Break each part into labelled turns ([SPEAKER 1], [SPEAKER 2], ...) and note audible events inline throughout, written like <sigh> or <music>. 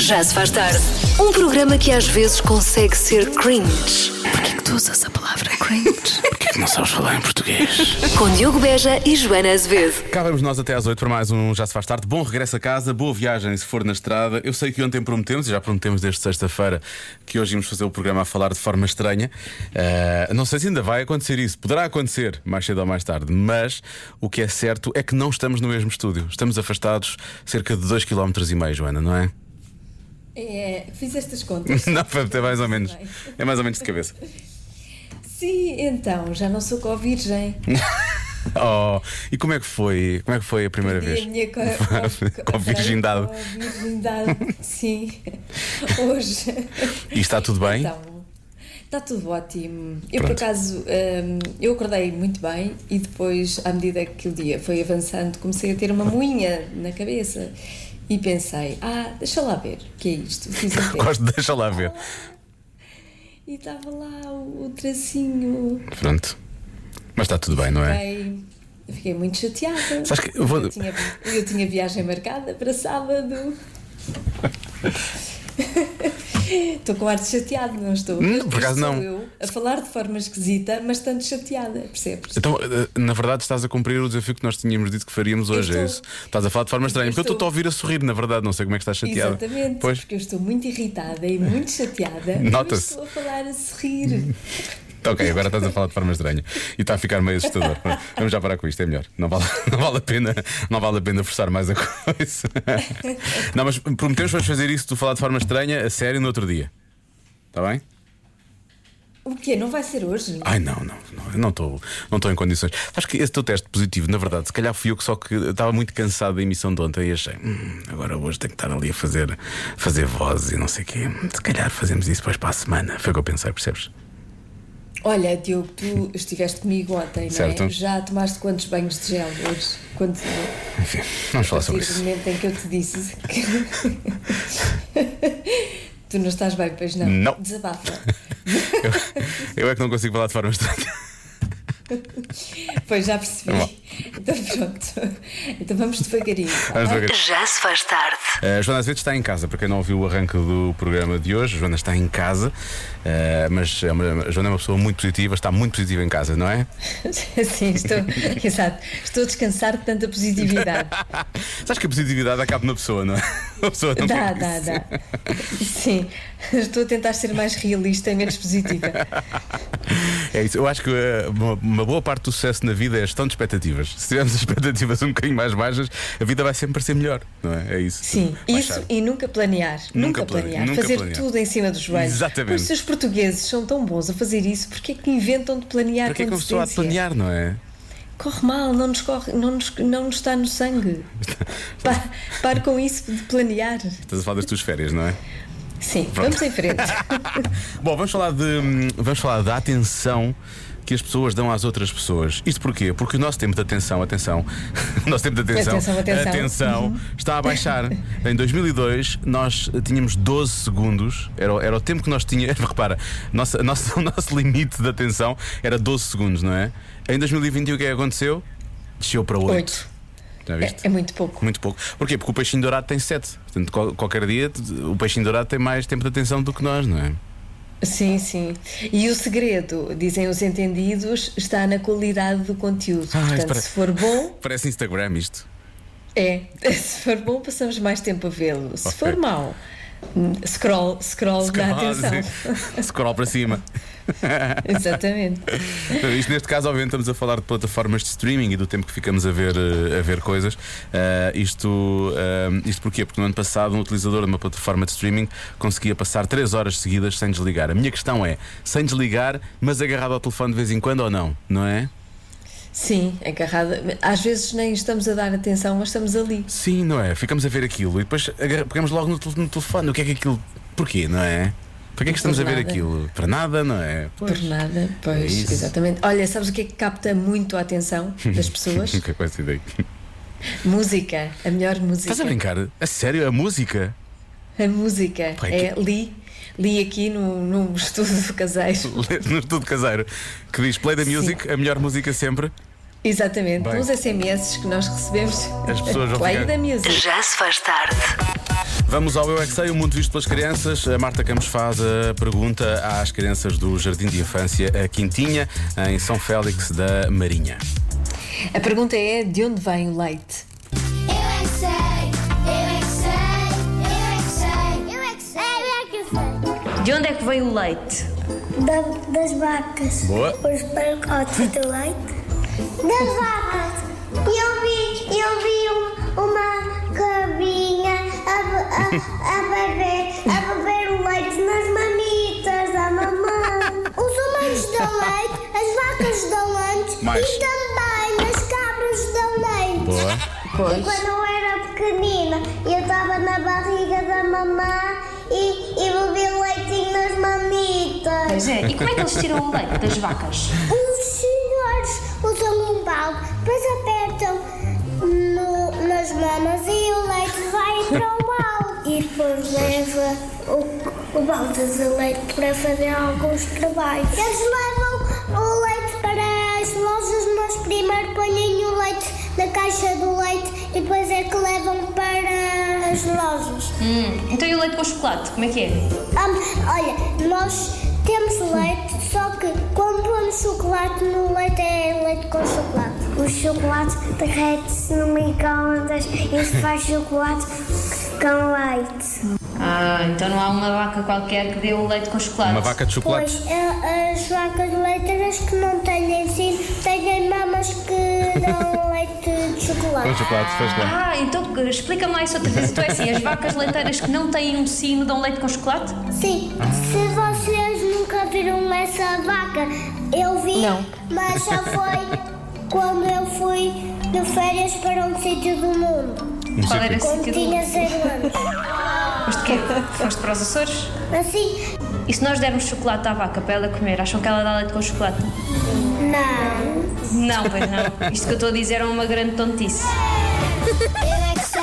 [SPEAKER 1] Já se faz tarde. Um programa que às vezes consegue ser cringe. Porquê que tu usas a palavra cringe?
[SPEAKER 2] É Não sabes falar em português.
[SPEAKER 1] <laughs> Com Diogo Beja e Joana Azevedo.
[SPEAKER 2] Cá vamos nós até às 8 para mais um Já se faz tarde. Bom regresso a casa, boa viagem se for na estrada. Eu sei que ontem prometemos, e já prometemos desde sexta-feira, que hoje íamos fazer o programa a falar de forma estranha. Eh, não sei se ainda vai acontecer isso. Poderá acontecer mais cedo ou mais tarde. Mas o que é certo é que não estamos no mesmo estúdio. Estamos afastados cerca de 2,5 km, Joana, não é? <laughs>
[SPEAKER 3] É, fiz estas contas.
[SPEAKER 2] Não, é mais ou menos. É mais ou menos de cabeça.
[SPEAKER 3] Sim, então, já não sou co-virgem.
[SPEAKER 2] Oh, e como é que foi? Como é que foi a primeira
[SPEAKER 3] E a
[SPEAKER 2] vez? <laughs>
[SPEAKER 3] minha co- co-
[SPEAKER 2] virgindade.
[SPEAKER 3] Com virgindade,
[SPEAKER 2] <laughs>
[SPEAKER 3] sim. Hoje.
[SPEAKER 2] E está tudo bem?
[SPEAKER 3] Então, está tudo ótimo. Eu,
[SPEAKER 2] Pronto.
[SPEAKER 3] por acaso, hum, eu acordei muito bem e depois, à medida que o dia foi avançando, comecei a ter uma moinha na cabeça. E pensei, ah, deixa lá ver o que é isto.
[SPEAKER 2] <laughs>
[SPEAKER 3] Fiz um teste.
[SPEAKER 2] Gosto, deixa lá ver.
[SPEAKER 3] E estava lá o, o tracinho.
[SPEAKER 2] Pronto. Mas está tudo bem, não é?
[SPEAKER 3] Fiquei, eu fiquei muito chateada.
[SPEAKER 2] Sabes que eu vou-
[SPEAKER 3] tinha, eu tinha viagem marcada para sábado.
[SPEAKER 2] <laughs>
[SPEAKER 3] Estou com um ar de chateado, não estou?
[SPEAKER 2] Hum, por acaso
[SPEAKER 3] Sou
[SPEAKER 2] não.
[SPEAKER 3] Eu a falar de forma esquisita, mas tanto chateada, percebes?
[SPEAKER 2] Então, eh, na verdade, estás a cumprir o desafio que nós tínhamos dito que faríamos hoje.
[SPEAKER 3] Eu
[SPEAKER 2] É isso.
[SPEAKER 3] estou.
[SPEAKER 2] Estás a falar de forma estranha,
[SPEAKER 3] Eu
[SPEAKER 2] porque eu estou
[SPEAKER 3] estou.
[SPEAKER 2] a ouvir a sorrir, na verdade, não sei como é que estás chateada.
[SPEAKER 3] Exatamente,
[SPEAKER 2] Pois,
[SPEAKER 3] porque eu estou muito irritada e muito chateada. mas
[SPEAKER 2] Nota-se.
[SPEAKER 3] Estou a falar a sorrir.
[SPEAKER 2] ok, agora estás a falar de forma estranha. E está a ficar meio assustador. Pronto, Vamos já parar com isto, é melhor. Não vale, <laughs> não vale, a, pena, não vale a pena forçar mais a coisa. Não, mas prometemos que vamos fazer isso, tu falar de forma estranha, a sério, no outro dia. Está bem?
[SPEAKER 3] O quê? Não vai ser hoje?
[SPEAKER 2] Ai, não, não, não, eu não estou não estou em condições. Acho que esse teu teste positivo, na verdade, se calhar fui eu que só que estava muito cansado da emissão de ontem e achei, "Hum, agora hoje tenho que estar ali a fazer, fazer vozes e não sei o quê. Se calhar fazemos isso depois para a semana. Foi o que eu pensei, percebes?
[SPEAKER 3] Olha, Diogo, tu estiveste comigo ontem,
[SPEAKER 2] Certo.
[SPEAKER 3] não é? Já tomaste quantos banhos de gel hoje? Quantos?
[SPEAKER 2] Enfim, vamos falar
[SPEAKER 3] A
[SPEAKER 2] sobre
[SPEAKER 3] partir do
[SPEAKER 2] isso.
[SPEAKER 3] momento em que eu te disse que. <laughs> tu não estás bem, pois não?
[SPEAKER 2] Não.
[SPEAKER 3] Desabafa.
[SPEAKER 2] Eu, eu é que não consigo falar de forma estranha.
[SPEAKER 3] Pois já percebi.
[SPEAKER 2] Vá.
[SPEAKER 3] Então pronto. Então vamos devagarinho. <laughs> tá
[SPEAKER 2] Vamos
[SPEAKER 3] bem?
[SPEAKER 2] devagar.
[SPEAKER 1] Já se faz tarde.
[SPEAKER 2] A é Eh, Joana Azevedo está em casa, para quem não ouviu o arranque do programa de hoje, a Joana está em casa, eh, mas é uma- a Joana é uma pessoa muito positiva, está muito positiva em casa, não é?
[SPEAKER 3] Sim, estou. Exato. Estou a descansar de
[SPEAKER 2] <laughs>
[SPEAKER 3] tanta positividade.
[SPEAKER 2] Sabes que a positividade acaba na pessoa, não é? <laughs> A pessoa não
[SPEAKER 3] Dá,
[SPEAKER 2] quer
[SPEAKER 3] dá,
[SPEAKER 2] isso.
[SPEAKER 3] dá. Sim. Estou a tentar ser mais realista e menos positiva.
[SPEAKER 2] É isso. Eu acho que eh, uma, uma boa parte do sucesso na vida é a gestão de expectativas. Se tivermos as expectativas um bocadinho mais baixas, a vida vai sempre parecer melhor, não é? É isso.
[SPEAKER 3] Sim,
[SPEAKER 2] Mais
[SPEAKER 3] isso
[SPEAKER 2] tarde.
[SPEAKER 3] e nunca planear.
[SPEAKER 2] Nunca
[SPEAKER 3] Nunca,
[SPEAKER 2] plane-
[SPEAKER 3] planear.
[SPEAKER 2] nunca
[SPEAKER 3] fazer
[SPEAKER 2] planear.
[SPEAKER 3] tudo em cima dos joelhos.
[SPEAKER 2] Exatamente.
[SPEAKER 3] Mas se os portugueses são tão bons a fazer isso, porquê é que inventam de planear
[SPEAKER 2] Para que é que
[SPEAKER 3] com
[SPEAKER 2] uma pessoa há de
[SPEAKER 3] antecedência?
[SPEAKER 2] planear, não é?
[SPEAKER 3] Corre mal, não nos, corre, não nos, não nos está no
[SPEAKER 2] <laughs>
[SPEAKER 3] sangue. Pa- Pare com isso de planear.
[SPEAKER 2] Estás a falar das tuas férias, não é?
[SPEAKER 3] Sim, vamos
[SPEAKER 2] <laughs>
[SPEAKER 3] em frente.
[SPEAKER 2] Bom, vamos falar de hum, vamos falar da atenção que as pessoas dão às outras pessoas. Isto porquê? Porque o nosso tempo de atenção, atenção, <laughs> o nosso tempo de atenção,
[SPEAKER 3] Atenção, atenção. Uhum.
[SPEAKER 2] atenção, está a
[SPEAKER 3] <laughs>
[SPEAKER 2] baixar. em 2002 nós tínhamos 12 segundos, era, o- era o tempo que nós tínhamos. <laughs> Repara, nossa, nossa, o nosso limite de atenção era 12 segundos, não é? Em 2021 o que é que aconteceu? Desceu para 8.
[SPEAKER 3] Oito.
[SPEAKER 2] Já
[SPEAKER 3] É,
[SPEAKER 2] viste?
[SPEAKER 3] é muito pouco.
[SPEAKER 2] Muito pouco. Porquê? Porque o peixinho dourado tem 7. Portanto, qual- qualquer dia o peixinho dourado tem mais tempo de atenção do que nós, não é?
[SPEAKER 3] Sim, sim. E o segredo, dizem os entendidos, está na qualidade do conteúdo.
[SPEAKER 2] Ah, isso
[SPEAKER 3] Portanto,
[SPEAKER 2] parece-
[SPEAKER 3] se for bom,
[SPEAKER 2] Parece Instagram isto.
[SPEAKER 3] é. <laughs> Se for bom, passamos mais tempo a vê-lo. Se for
[SPEAKER 2] Ok.
[SPEAKER 3] mau, hum, scroll, scroll,
[SPEAKER 2] Scroll,
[SPEAKER 3] dá atenção.
[SPEAKER 2] sim. Scroll para cima.
[SPEAKER 3] <laughs> Exatamente.
[SPEAKER 2] Isto neste caso, obviamente, estamos a falar de plataformas de streaming e do tempo que ficamos a ver, eh, a ver coisas. Ah, isto, ah, isto porquê? Porque no ano passado um utilizador de uma plataforma de streaming conseguia passar 3 horas seguidas sem desligar. A minha questão é, sem desligar, mas agarrado ao telefone de vez em quando ou não, não é?
[SPEAKER 3] Sim, agarrada. Às vezes nem estamos a dar atenção, mas estamos ali.
[SPEAKER 2] Sim, não é? Ficamos a ver aquilo e depois agarra- pegamos logo no, tel- no telefone. O que é que aquilo. Porquê, não é? Para que é que estamos a ver
[SPEAKER 3] nada.
[SPEAKER 2] aquilo? Para nada, não é? <laughs>
[SPEAKER 3] Por nada,
[SPEAKER 2] É
[SPEAKER 3] pois,
[SPEAKER 2] isso.
[SPEAKER 3] exatamente. Olha, sabes o que é que capta muito a atenção
[SPEAKER 2] <laughs>
[SPEAKER 3] das pessoas?
[SPEAKER 2] Que coisa daí.
[SPEAKER 3] música, a melhor música.
[SPEAKER 2] Estás a brincar? A sério? A música? <laughs>
[SPEAKER 3] A música
[SPEAKER 2] Pá,
[SPEAKER 3] é li, li aqui no, num estudo <laughs> do caseiro.
[SPEAKER 2] no estudo caseiro que diz Play the Music, a melhor música sempre.
[SPEAKER 3] Exatamente,
[SPEAKER 2] Bem.
[SPEAKER 3] os SMS que nós recebemos
[SPEAKER 2] As pessoas vão
[SPEAKER 3] pela
[SPEAKER 2] ficar-
[SPEAKER 3] da Music.
[SPEAKER 1] Já se faz tarde.
[SPEAKER 2] Vamos ao Eu é Que Sei, o mundo visto pelas crianças. A Marta Campos faz a pergunta às crianças do Jardim de Infância a Quintinha, em São Félix da Marinha.
[SPEAKER 3] A pergunta é: de onde vem o leite?
[SPEAKER 4] Eu é que sei, eu é que sei, eu é que sei, eu é que sei, eu é
[SPEAKER 5] De onde é que vem o leite?
[SPEAKER 4] que sei. das vacas.
[SPEAKER 2] Boa.
[SPEAKER 4] Os pacotes de leite. Das vacas. Eu vi, eu vi um- uma cabinha a, be- a, a beber, a beber o leite nas mamitas da mamãe. Os humanos dão leite, as vacas dão leite
[SPEAKER 2] Mais.
[SPEAKER 4] e também as cabras dão leite.
[SPEAKER 2] Boa.
[SPEAKER 4] E quando eu era pequenina, eu estava na barriga da mamãe e, e bebi leitinho nas mamitas.
[SPEAKER 5] Pois é. E como é que eles tiram o leite das vacas?
[SPEAKER 4] Os senhores usam um balde, depois apertam no- nas mamas e o leite vai para o balde. E depois leva o, o balde de leite para fazer alguns trabalhos. Eles levam o leite para as lojas, mas primeiro põem o leite na caixa do leite e depois é que levam para as lojas.
[SPEAKER 5] Hum, então e o leite com chocolate? Como é que é?
[SPEAKER 4] Hum, olha, nós temos leite, só que quando pomos chocolate no leite é leite com chocolate. O chocolate derrete-se no micro-ondas e se faz chocolate com leite.
[SPEAKER 5] Ah, então não há uma vaca qualquer que dê o leite com chocolate.
[SPEAKER 2] Uma vaca de chocolate.
[SPEAKER 4] Pois a- as vacas leiteiras que não têm assim, têm mamas que dão <laughs> leite de
[SPEAKER 2] Com
[SPEAKER 4] chocolate.
[SPEAKER 2] chocolate, fez bem.
[SPEAKER 5] Ah, então que- explica-me lá isso outra vez. Então é assim, as vacas leiteiras que não têm um sino dão leite com chocolate?
[SPEAKER 4] Sim, se vocês nunca viram essa vaca, eu vi,
[SPEAKER 3] Não.
[SPEAKER 4] mas só foi quando eu fui de férias para um sítio do mundo,
[SPEAKER 5] Qual era esse
[SPEAKER 4] quando
[SPEAKER 5] sítio?
[SPEAKER 4] tinha zero anos.
[SPEAKER 5] Foste quê? Foste para os Açores?
[SPEAKER 4] Assim,
[SPEAKER 5] E se nós dermos chocolate à vaca para ela comer, acham que ela dá leite com chocolate?
[SPEAKER 4] não.
[SPEAKER 5] Não, pois não. Isto que eu estou a dizer é uma grande tontice.
[SPEAKER 4] Eu é que sei,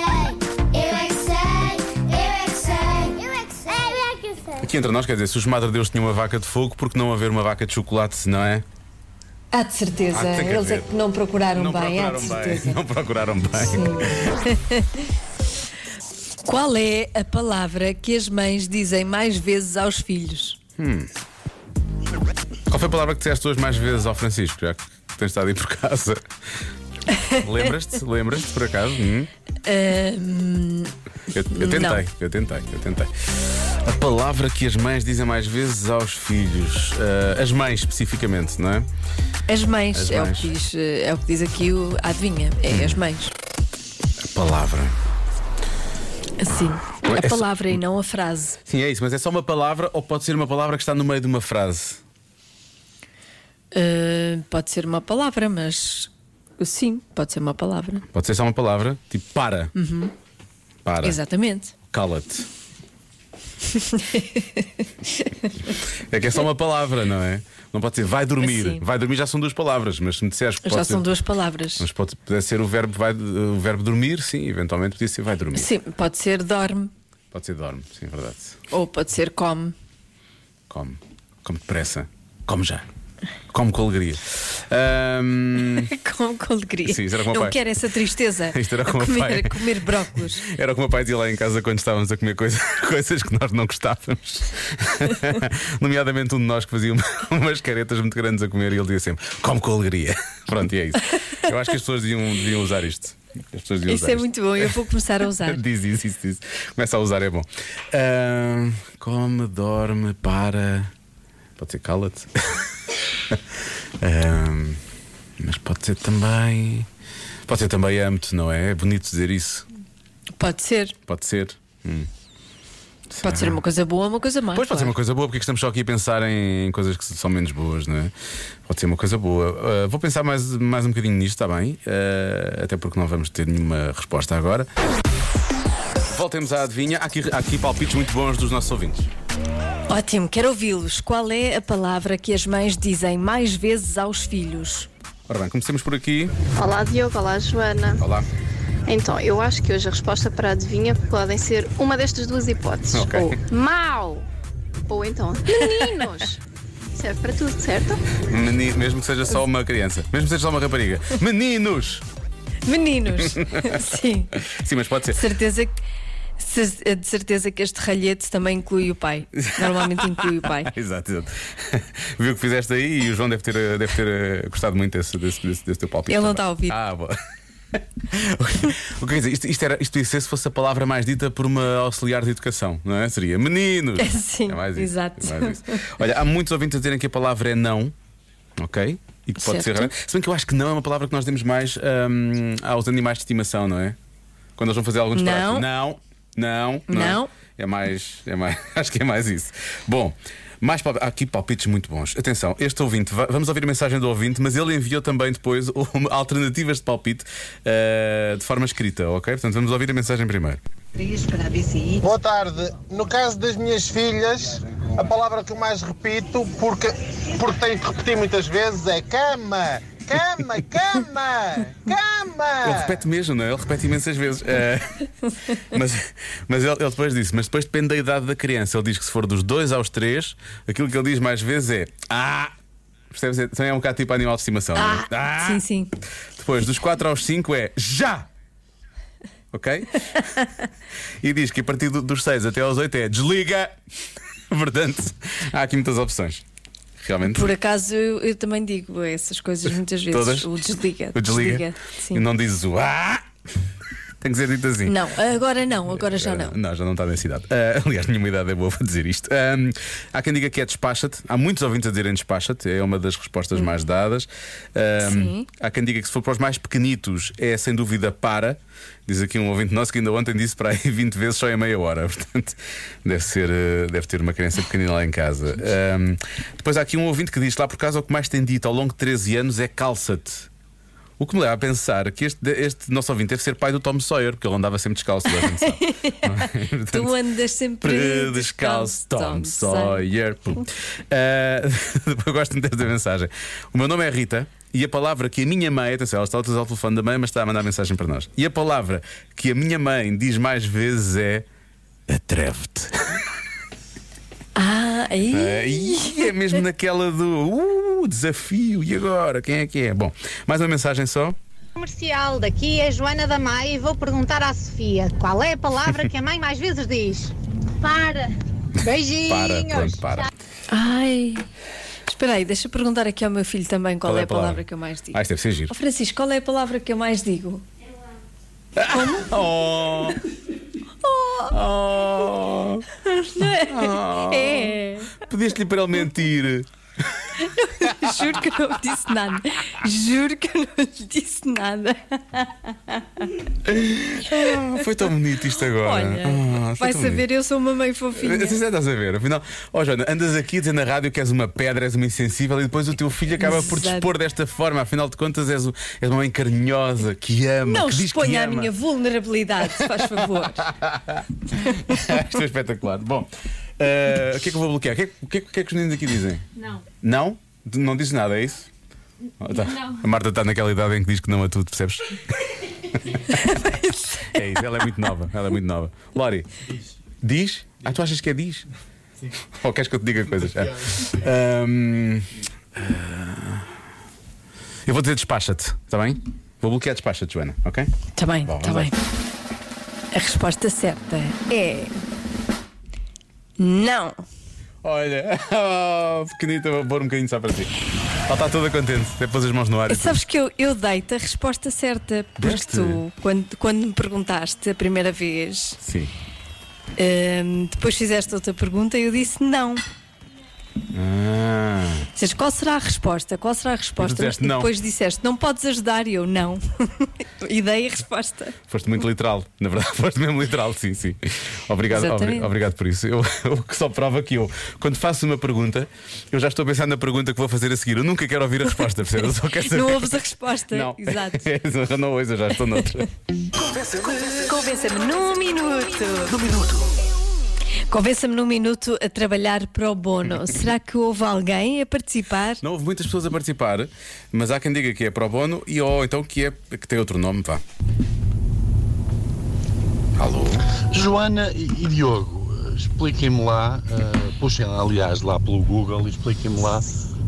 [SPEAKER 4] eu é que sei, eu é que sei, eu é que sei, eu é que sei.
[SPEAKER 2] Aqui entre nós, quer dizer, se os Madre Deus tinham uma vaca de fogo, por que não haver uma vaca de chocolate, se não é?
[SPEAKER 3] Há de certeza,
[SPEAKER 2] Há de ter que
[SPEAKER 3] eles é
[SPEAKER 2] haver.
[SPEAKER 3] que não procuraram
[SPEAKER 2] não
[SPEAKER 3] bem, há
[SPEAKER 2] procuraram
[SPEAKER 3] é de
[SPEAKER 2] bem. <laughs>
[SPEAKER 3] certeza.
[SPEAKER 2] Não procuraram bem.
[SPEAKER 1] Qual é a palavra que as mães dizem mais vezes aos filhos?
[SPEAKER 2] Qual foi a palavra que disseste hoje mais vezes ao Francisco, já que tens estado aí por
[SPEAKER 1] <laughs>
[SPEAKER 2] casa? Lembras-te? Lembras-te por acaso? Hum?
[SPEAKER 1] Ahm,
[SPEAKER 2] Eu, eu tentei,
[SPEAKER 1] Não.
[SPEAKER 2] eu tentei, eu tentei. A palavra que as mães dizem mais vezes aos filhos, eh, as mães especificamente, não é?
[SPEAKER 1] as mães,
[SPEAKER 2] As
[SPEAKER 1] é,
[SPEAKER 2] mães. Uhum.
[SPEAKER 1] O que diz, eh, é o que diz aqui o a adivinha. É as mães.
[SPEAKER 2] A palavra.
[SPEAKER 1] Sim.
[SPEAKER 2] Ué,
[SPEAKER 1] A
[SPEAKER 2] Então, essa-
[SPEAKER 1] palavra e não a frase.
[SPEAKER 2] Sim, é isso, mas é só uma palavra ou pode ser uma palavra que está no meio de uma frase?
[SPEAKER 1] Ah, pode ser uma palavra, mas. Sim, pode ser uma palavra.
[SPEAKER 2] Pode ser só uma palavra, tipo para.
[SPEAKER 1] Uhum.
[SPEAKER 2] Para. <laughs>
[SPEAKER 1] Exatamente.
[SPEAKER 2] Cala-te. é que é só uma palavra, não é? Não pode ser vai dormir.
[SPEAKER 1] Sim.
[SPEAKER 2] Vai dormir já são duas palavras, mas se me disseres que
[SPEAKER 1] Já
[SPEAKER 2] pode
[SPEAKER 1] são
[SPEAKER 2] ser,
[SPEAKER 1] duas palavras.
[SPEAKER 2] mas pode poder ser o verbo, vai, o verbo dormir, sim, eventualmente podia ser vai dormir.
[SPEAKER 1] Sim, pode ser dorme
[SPEAKER 2] Pode ser dorme, sim, é verdade.
[SPEAKER 1] ou pode ser come.
[SPEAKER 2] Come. Come depressa. Come já. Come com alegria.
[SPEAKER 1] <laughs>
[SPEAKER 2] Ahm,
[SPEAKER 1] Como É com alegria.
[SPEAKER 2] Sim, isso era com o meu
[SPEAKER 1] não
[SPEAKER 2] pai.
[SPEAKER 1] quero essa tristeza.
[SPEAKER 2] <laughs> Isto era com o meu
[SPEAKER 1] comer,
[SPEAKER 2] pai.
[SPEAKER 1] comer brócolos.
[SPEAKER 2] Era o que o meu pai dizia lá em casa quando estávamos a comer coisa- <laughs> coisas que nós não gostávamos. <laughs> Nomeadamente um de nós que fazia uma- <laughs> umas caretas muito grandes a comer e ele dizia sempre: come com alegria. <laughs> Pronto, e é isso. Eu acho que as pessoas deviam, deviam usar isto. As pessoas deviam
[SPEAKER 1] Isso
[SPEAKER 2] usar
[SPEAKER 1] é
[SPEAKER 2] isto.
[SPEAKER 1] muito bom, eu vou começar a usar.
[SPEAKER 2] <laughs> Diz isso, isso, diz. Começa a usar, é bom. Ahm, come, dorme, para. Pode ser cala-te. <laughs> Ahm, mas pode ser também. Pode ser também amo-te, não é? É bonito dizer isso.
[SPEAKER 1] Pode ser.
[SPEAKER 2] Pode ser. Hum. Será?
[SPEAKER 1] Pode ser uma coisa boa ou uma coisa má.
[SPEAKER 2] Pois pode ser uma coisa boa, porque é que estamos só aqui a pensar em coisas que são menos boas, não é? Pode ser uma coisa boa. Ah, vou pensar mais, mais um bocadinho nisto, está bem? Ah, até porque não vamos ter nenhuma resposta agora. Voltemos à adivinha. Há aqui, há aqui palpites muito bons dos nossos ouvintes.
[SPEAKER 1] Ótimo, quero ouvi-los. Qual é a palavra que as mães dizem mais vezes aos filhos?
[SPEAKER 2] Ora bem, comecemos por aqui.
[SPEAKER 6] Olá Diogo, olá Joana.
[SPEAKER 2] Olá.
[SPEAKER 6] Então, eu acho que hoje a resposta para a adivinha podem ser uma destas duas hipóteses.
[SPEAKER 2] Ok.
[SPEAKER 6] Ou mau, ou então meninos. Serve para tudo, certo?
[SPEAKER 2] Meni- mesmo que seja só uma criança, mesmo que seja só uma rapariga. Meninos!
[SPEAKER 3] Meninos. <laughs> Sim.
[SPEAKER 2] Sim, mas pode ser.
[SPEAKER 3] De certeza que. cer- eh, De certeza que este ralhete também inclui o pai. Normalmente inclui o pai.
[SPEAKER 2] <laughs> exato, exato. Viu o que fizeste aí e o João deve ter, eh, deve ter eh, gostado muito desse, desse, desse- desse teu palpite.
[SPEAKER 3] Ele
[SPEAKER 2] também.
[SPEAKER 3] não está a ouvir.
[SPEAKER 2] Ah, boa. <laughs> o que quer dizer, isto, isto, era, isto ia ser se fosse a palavra mais dita por uma auxiliar de educação, não é? Seria meninos.
[SPEAKER 3] <laughs> Sim,
[SPEAKER 2] é mais isso,
[SPEAKER 3] exato.
[SPEAKER 2] é mais isso. Olha, há muitos ouvintes a dizerem que a palavra é não, ok? E que pode ser
[SPEAKER 3] Certo.
[SPEAKER 2] realmente. Se bem que eu acho que não é uma palavra que nós demos mais hum, aos animais de estimação, não é? Quando eles vão fazer alguns
[SPEAKER 3] Não.
[SPEAKER 2] pratos. Não, não, é?
[SPEAKER 3] Não.
[SPEAKER 2] É mais, é mais. <laughs> Acho que é mais isso. Bom. Mais palp- há aqui palpites muito bons. Atenção, este ouvinte, va- vamos ouvir a mensagem do ouvinte, mas ele enviou também depois <laughs> uma- alternativas de palpite eh, de forma escrita, ok? Portanto, vamos ouvir a mensagem primeiro.
[SPEAKER 7] Boa tarde. No caso das minhas filhas, a palavra que eu mais repito, porque, porque tenho que repetir muitas vezes, é cama, cama,
[SPEAKER 8] <laughs>
[SPEAKER 7] cama, cama.
[SPEAKER 2] Ele repete mesmo, não é? Ele repete imensas vezes. Eh, mas mas ele, ele depois disse, mas depois depende da idade da criança. Ele diz que se for dos 2 aos 3, aquilo que ele diz mais vezes é Ah! Percebes? É- Também é um bocado tipo animal de estimação. não é? Ah!
[SPEAKER 3] Sim, sim.
[SPEAKER 2] Depois, dos 4 aos 5 é já! Ok? e diz que a partir do- dos 6 até aos 8 é desliga! <laughs> Portanto, há aqui muitas opções. Realmente.
[SPEAKER 3] Por acaso eu, eu também digo essas coisas muitas vezes.
[SPEAKER 2] Todas?
[SPEAKER 3] O desliga.
[SPEAKER 2] O desliga.
[SPEAKER 3] Sim.
[SPEAKER 2] E não dizes o ah! Tem que ser dito assim.
[SPEAKER 3] Não, agora não, agora já não.
[SPEAKER 2] Não, já não está nessa idade. Ah, <laughs> aliás, nenhuma idade é boa para dizer isto. Ahm, há quem diga que é despacha-te. Há muitos ouvintes a dizerem despacha-te. É uma das respostas mais dadas. Ahm,
[SPEAKER 3] Uhum. Sim.
[SPEAKER 2] Há quem diga que se for para os mais pequenitos é sem dúvida para. Diz aqui um ouvinte nosso que ainda ontem disse para aí <laughs> 20 vezes só em meia hora. <laughs> Portanto, deve, ser, eh, deve ter uma criança pequenina lá em casa. Ahm, depois há aqui um ouvinte que diz lá por casa o que mais tem dito ao longo de 13 anos é calça-te. O que me leva a pensar que este, este nosso ouvinte deve ser pai do Tom Sawyer, porque ele andava sempre descalço, toda a gente <laughs> sabe. Não é? Portanto,
[SPEAKER 3] Tu andas sempre
[SPEAKER 2] sempre descalço, Tom Sawyer. Pum. Ah, <laughs> eu gosto muito desta mensagem. O meu nome é Rita e a palavra que a minha mãe, atenção, ela está a ao telefone da mãe, mas está a mandar mensagem para nós. E a palavra que a minha mãe diz mais vezes é atreve-te.
[SPEAKER 3] Ah, aí.
[SPEAKER 2] Ah, e é mesmo naquela do uh, desafio, e agora? Quem é que é? Bom, mais uma mensagem só.
[SPEAKER 4] Comercial, daqui é Joana da Maia e vou perguntar à Sofia qual é a palavra que a mãe mais vezes diz.
[SPEAKER 9] Para.
[SPEAKER 4] Beijinhos!
[SPEAKER 2] Para, pronto, para.
[SPEAKER 3] Ai. Espera aí, deixa eu perguntar aqui ao meu filho também qual, é a palavra? que eu mais digo.
[SPEAKER 2] Ah, isto deve ser
[SPEAKER 4] <laughs>
[SPEAKER 2] giro.
[SPEAKER 3] Ó Francisco, qual é a palavra que eu mais digo?
[SPEAKER 2] Oh!
[SPEAKER 4] <laughs>
[SPEAKER 2] Oh!
[SPEAKER 3] É.
[SPEAKER 2] Pediste-lhe para ele mentir. Oh.
[SPEAKER 3] <laughs> Juro que eu não lhe disse nada. Juro que eu não lhe disse nada.
[SPEAKER 2] Ah, foi tão bonito isto agora.
[SPEAKER 3] Olha,
[SPEAKER 2] Ah, foi
[SPEAKER 3] vai
[SPEAKER 2] tão
[SPEAKER 3] saber, eu sou uma mãe fofinha.
[SPEAKER 2] bonito. Sim, sim, estás a ver, afinal, ó Joana, andas aqui a dizer na rádio que és uma pedra, és uma insensível e depois o teu filho acaba por te
[SPEAKER 3] Exato.
[SPEAKER 2] expor desta forma. Afinal de contas, és, o- és uma mãe carinhosa que ama.
[SPEAKER 3] Não
[SPEAKER 2] que diz que
[SPEAKER 3] exponha a
[SPEAKER 2] ama.
[SPEAKER 3] minha vulnerabilidade, se faz
[SPEAKER 2] <laughs>
[SPEAKER 3] favor.
[SPEAKER 2] Isto é espetacular. Bom, eh, o que é que eu vou bloquear? O que é, que- o que é que- o que é que os meninos aqui dizem? Não. Não? D- Não dizes nada, é isso? Não. A Marta está naquela idade em que diz que não a tudo, <laughs> percebes? é isso, ela é muito nova. Ela é muito nova. Lori, diz. Ah, tu achas que é diz? Sim. Ou queres que eu te diga coisas? Ah. Ahm, ah, eu vou dizer despacha-te, está bem? Vou bloquear despacha-te, Joana, ok?
[SPEAKER 3] Está Tá bem,
[SPEAKER 2] Bom,
[SPEAKER 3] está
[SPEAKER 2] vamos
[SPEAKER 3] bem. A resposta certa é. Não.
[SPEAKER 2] Olha, <laughs> oh, pequenita, vou pôr um bocadinho só para ti. Ela está toda contente, até pôs as mãos no ar. e tudo.
[SPEAKER 3] Eh, Sabes que eu, eu deito a resposta certa, porque
[SPEAKER 2] Deste?
[SPEAKER 3] tu, quando, quando me perguntaste a primeira vez,
[SPEAKER 2] Sim.
[SPEAKER 3] hum, depois fizeste outra pergunta e eu disse não.
[SPEAKER 2] Ah,
[SPEAKER 3] Dizes, qual será a resposta? Qual será a resposta?
[SPEAKER 2] disseste
[SPEAKER 3] Mas
[SPEAKER 2] não.
[SPEAKER 3] depois disseste, não podes ajudar e eu não. <laughs> e dei a resposta.
[SPEAKER 2] foste muito literal, na verdade, <laughs> foste mesmo literal, sim, sim. Obrigado,
[SPEAKER 3] Exatamente.
[SPEAKER 2] obri- obrigado por isso. Eu- <laughs> O que só prova que eu, quando faço uma pergunta, eu já estou a pensar na pergunta que vou fazer a seguir. Eu nunca quero ouvir a resposta, percebes? Eu só quero saber.
[SPEAKER 3] Não ouves a resposta.
[SPEAKER 2] Não. <laughs>
[SPEAKER 3] Exato.
[SPEAKER 2] eu não ouço, eu já estou noutra.
[SPEAKER 3] Convença-me num minuto. Num minuto. Convença-me num minuto a trabalhar para o bono. Será que houve alguém a participar?
[SPEAKER 2] Não houve muitas pessoas a participar, mas há quem diga que é pro bono e ou então que é que tem outro nome, vá. Alô?
[SPEAKER 10] Joana e e Diogo,
[SPEAKER 8] eh, expliquem-me lá, eh, puxem aliás lá pelo Google e expliquem-me lá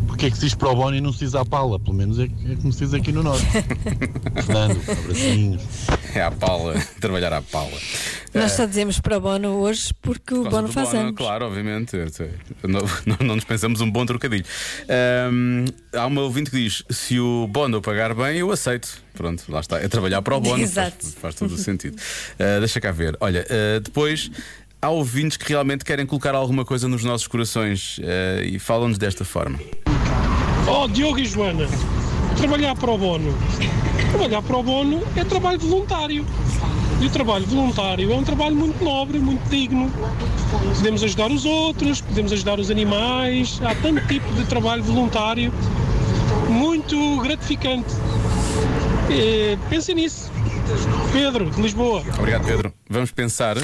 [SPEAKER 8] porque é que se diz para o Bono e não se diz à pala, pelo menos é, que- é como se diz aqui no
[SPEAKER 7] <laughs>
[SPEAKER 8] Norte. Fernando, abracinhos.
[SPEAKER 2] É à pala, <laughs> trabalhar à pala.
[SPEAKER 3] Nós
[SPEAKER 2] Eh,
[SPEAKER 3] só dizemos para o Bono hoje porque
[SPEAKER 2] por
[SPEAKER 3] o
[SPEAKER 2] causa
[SPEAKER 3] Bono
[SPEAKER 2] do
[SPEAKER 3] faz
[SPEAKER 2] Bono,
[SPEAKER 3] anos.
[SPEAKER 2] Claro, obviamente. Eu sei. Não, não- não nos pensamos um bom trocadilho. Ahm, há uma ouvinte que diz: se o Bono pagar bem, eu aceito. Pronto, lá está. É trabalhar para o Bono.
[SPEAKER 3] Exato.
[SPEAKER 2] Faz, faz todo o sentido. Ah, deixa cá ver. Olha, ah, depois. Há ouvintes que realmente querem colocar alguma coisa nos nossos corações ah, e falam-nos desta forma.
[SPEAKER 11] Oh, Diogo e Joana, trabalhar para o Bono. Trabalhar para o Bono é trabalho voluntário. E o trabalho voluntário é um trabalho muito nobre, muito digno. Podemos ajudar os outros, podemos ajudar os animais. Há tanto tipo de trabalho voluntário muito gratificante. Eh, pensem nisso. Pedro, de Lisboa.
[SPEAKER 2] Obrigado, Pedro. Vamos pensar.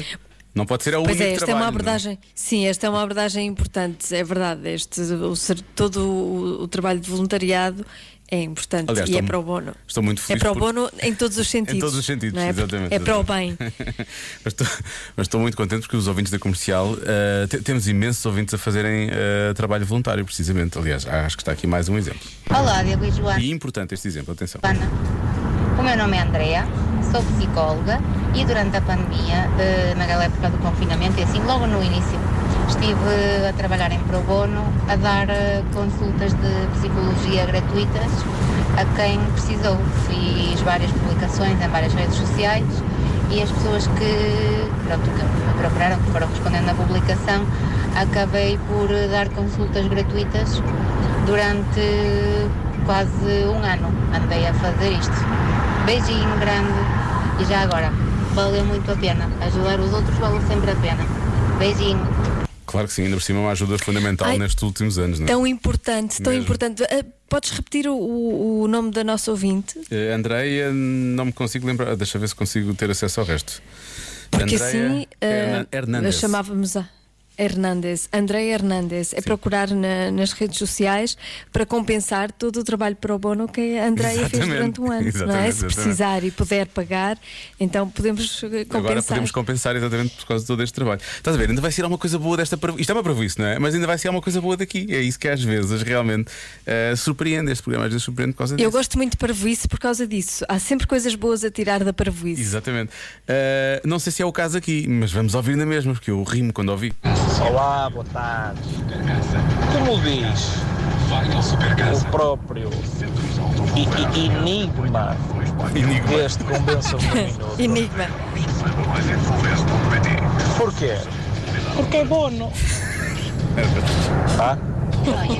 [SPEAKER 2] Não pode ser a única
[SPEAKER 3] Pois é, esta é uma
[SPEAKER 2] trabalho, não
[SPEAKER 3] abordagem. Sim, esta é uma abordagem importante, é verdade. Este, o, ser- todo o, o trabalho de voluntariado é importante
[SPEAKER 2] Aliás,
[SPEAKER 3] e é
[SPEAKER 2] estou-
[SPEAKER 3] para o bono.
[SPEAKER 2] estou muito
[SPEAKER 3] É
[SPEAKER 2] feliz
[SPEAKER 3] para o
[SPEAKER 2] por-
[SPEAKER 3] bono em todos os
[SPEAKER 2] <laughs>
[SPEAKER 3] sentidos.
[SPEAKER 2] Em todos os sentidos,
[SPEAKER 3] não é? Porque
[SPEAKER 2] exatamente.
[SPEAKER 3] É para o bem.
[SPEAKER 2] <laughs> mas, estou, mas estou muito contente porque os ouvintes da comercial eh, te- temos imensos ouvintes a fazerem eh, trabalho voluntário, precisamente. Aliás, acho que está aqui mais um exemplo.
[SPEAKER 7] Olá, Diogo e Joana.
[SPEAKER 2] E é importante este exemplo, atenção.
[SPEAKER 7] O meu nome é Andrea, sou psicóloga e durante a pandemia, eh, naquela época do confinamento, e assim, logo no início, estive a trabalhar em pro bono, a dar eh, consultas de psicologia gratuitas a quem precisou. Fiz várias publicações em várias redes sociais e as pessoas que, pronto, que me procuraram, que foram respondendo à publicação, acabei por eh, dar consultas gratuitas durante quase um ano andei a fazer isto. Beijinho grande e já agora, valeu muito a pena. Ajudar os outros vale sempre a pena. Beijinho.
[SPEAKER 2] Claro que sim, ainda por cima é uma ajuda fundamental
[SPEAKER 3] Ai, então-
[SPEAKER 2] nestes últimos anos, não é?
[SPEAKER 3] Tão importante, tão
[SPEAKER 2] Mesmo.
[SPEAKER 3] importante. Ah, podes repetir o- o, o nome da nossa ouvinte?
[SPEAKER 2] Eh, Andreia, não me consigo lembrar. Deixa ver se consigo ter acesso ao resto.
[SPEAKER 3] Porque
[SPEAKER 2] Andreia
[SPEAKER 3] assim
[SPEAKER 2] Hernan-
[SPEAKER 3] ah,
[SPEAKER 2] Hernandes.
[SPEAKER 3] chamávamos a Hernandes, André Hernandes, é procurar na- nas redes sociais para compensar todo o trabalho pro bono que a Andréia fez
[SPEAKER 2] Exatamente,
[SPEAKER 3] durante um ano, não é?
[SPEAKER 2] exatamente,
[SPEAKER 3] Se
[SPEAKER 2] exatamente.
[SPEAKER 3] precisar e puder pagar, então podemos eh, compensar.
[SPEAKER 2] Agora podemos compensar exatamente por causa de todo este trabalho. Estás a ver? Ainda vai ser alguma coisa boa desta. parvo- Isto é uma previsto, não é? Mas ainda vai ser alguma coisa boa daqui. É isso que às vezes realmente eh, surpreende este programa, às vezes surpreende por causa disso.
[SPEAKER 3] Eu gosto muito de parvoíce por causa disso. Há sempre coisas boas a tirar da parvoíce.
[SPEAKER 2] Exatamente. Eh, não sei se é o caso aqui, mas vamos ouvir na mesma, porque eu rimo quando ouvi.
[SPEAKER 12] Olá, boa tarde. Como diz o próprio i- i- enigma deste convença-me num minuto.
[SPEAKER 3] Enigma. <laughs>
[SPEAKER 12] Porquê? Porque é bono. Tá?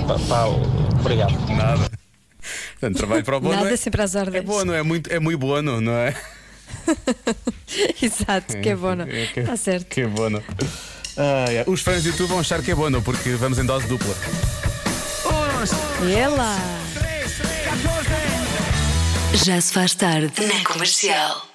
[SPEAKER 12] Tá, tá, obrigado.
[SPEAKER 2] Nada. Portanto, trabalho para o bono.
[SPEAKER 3] Nada
[SPEAKER 2] é,
[SPEAKER 3] sempre às ordens.
[SPEAKER 2] é bono, é muito, é muito bono, não é?
[SPEAKER 3] Exato, que é bono.
[SPEAKER 2] <laughs> É, que-
[SPEAKER 3] Está certo.
[SPEAKER 2] Que é bono. Ai, ai. é. Os fãs de YouTube vão achar que é bono, porque vamos em dose dupla.
[SPEAKER 3] E ela.
[SPEAKER 1] Já se faz tarde na comercial.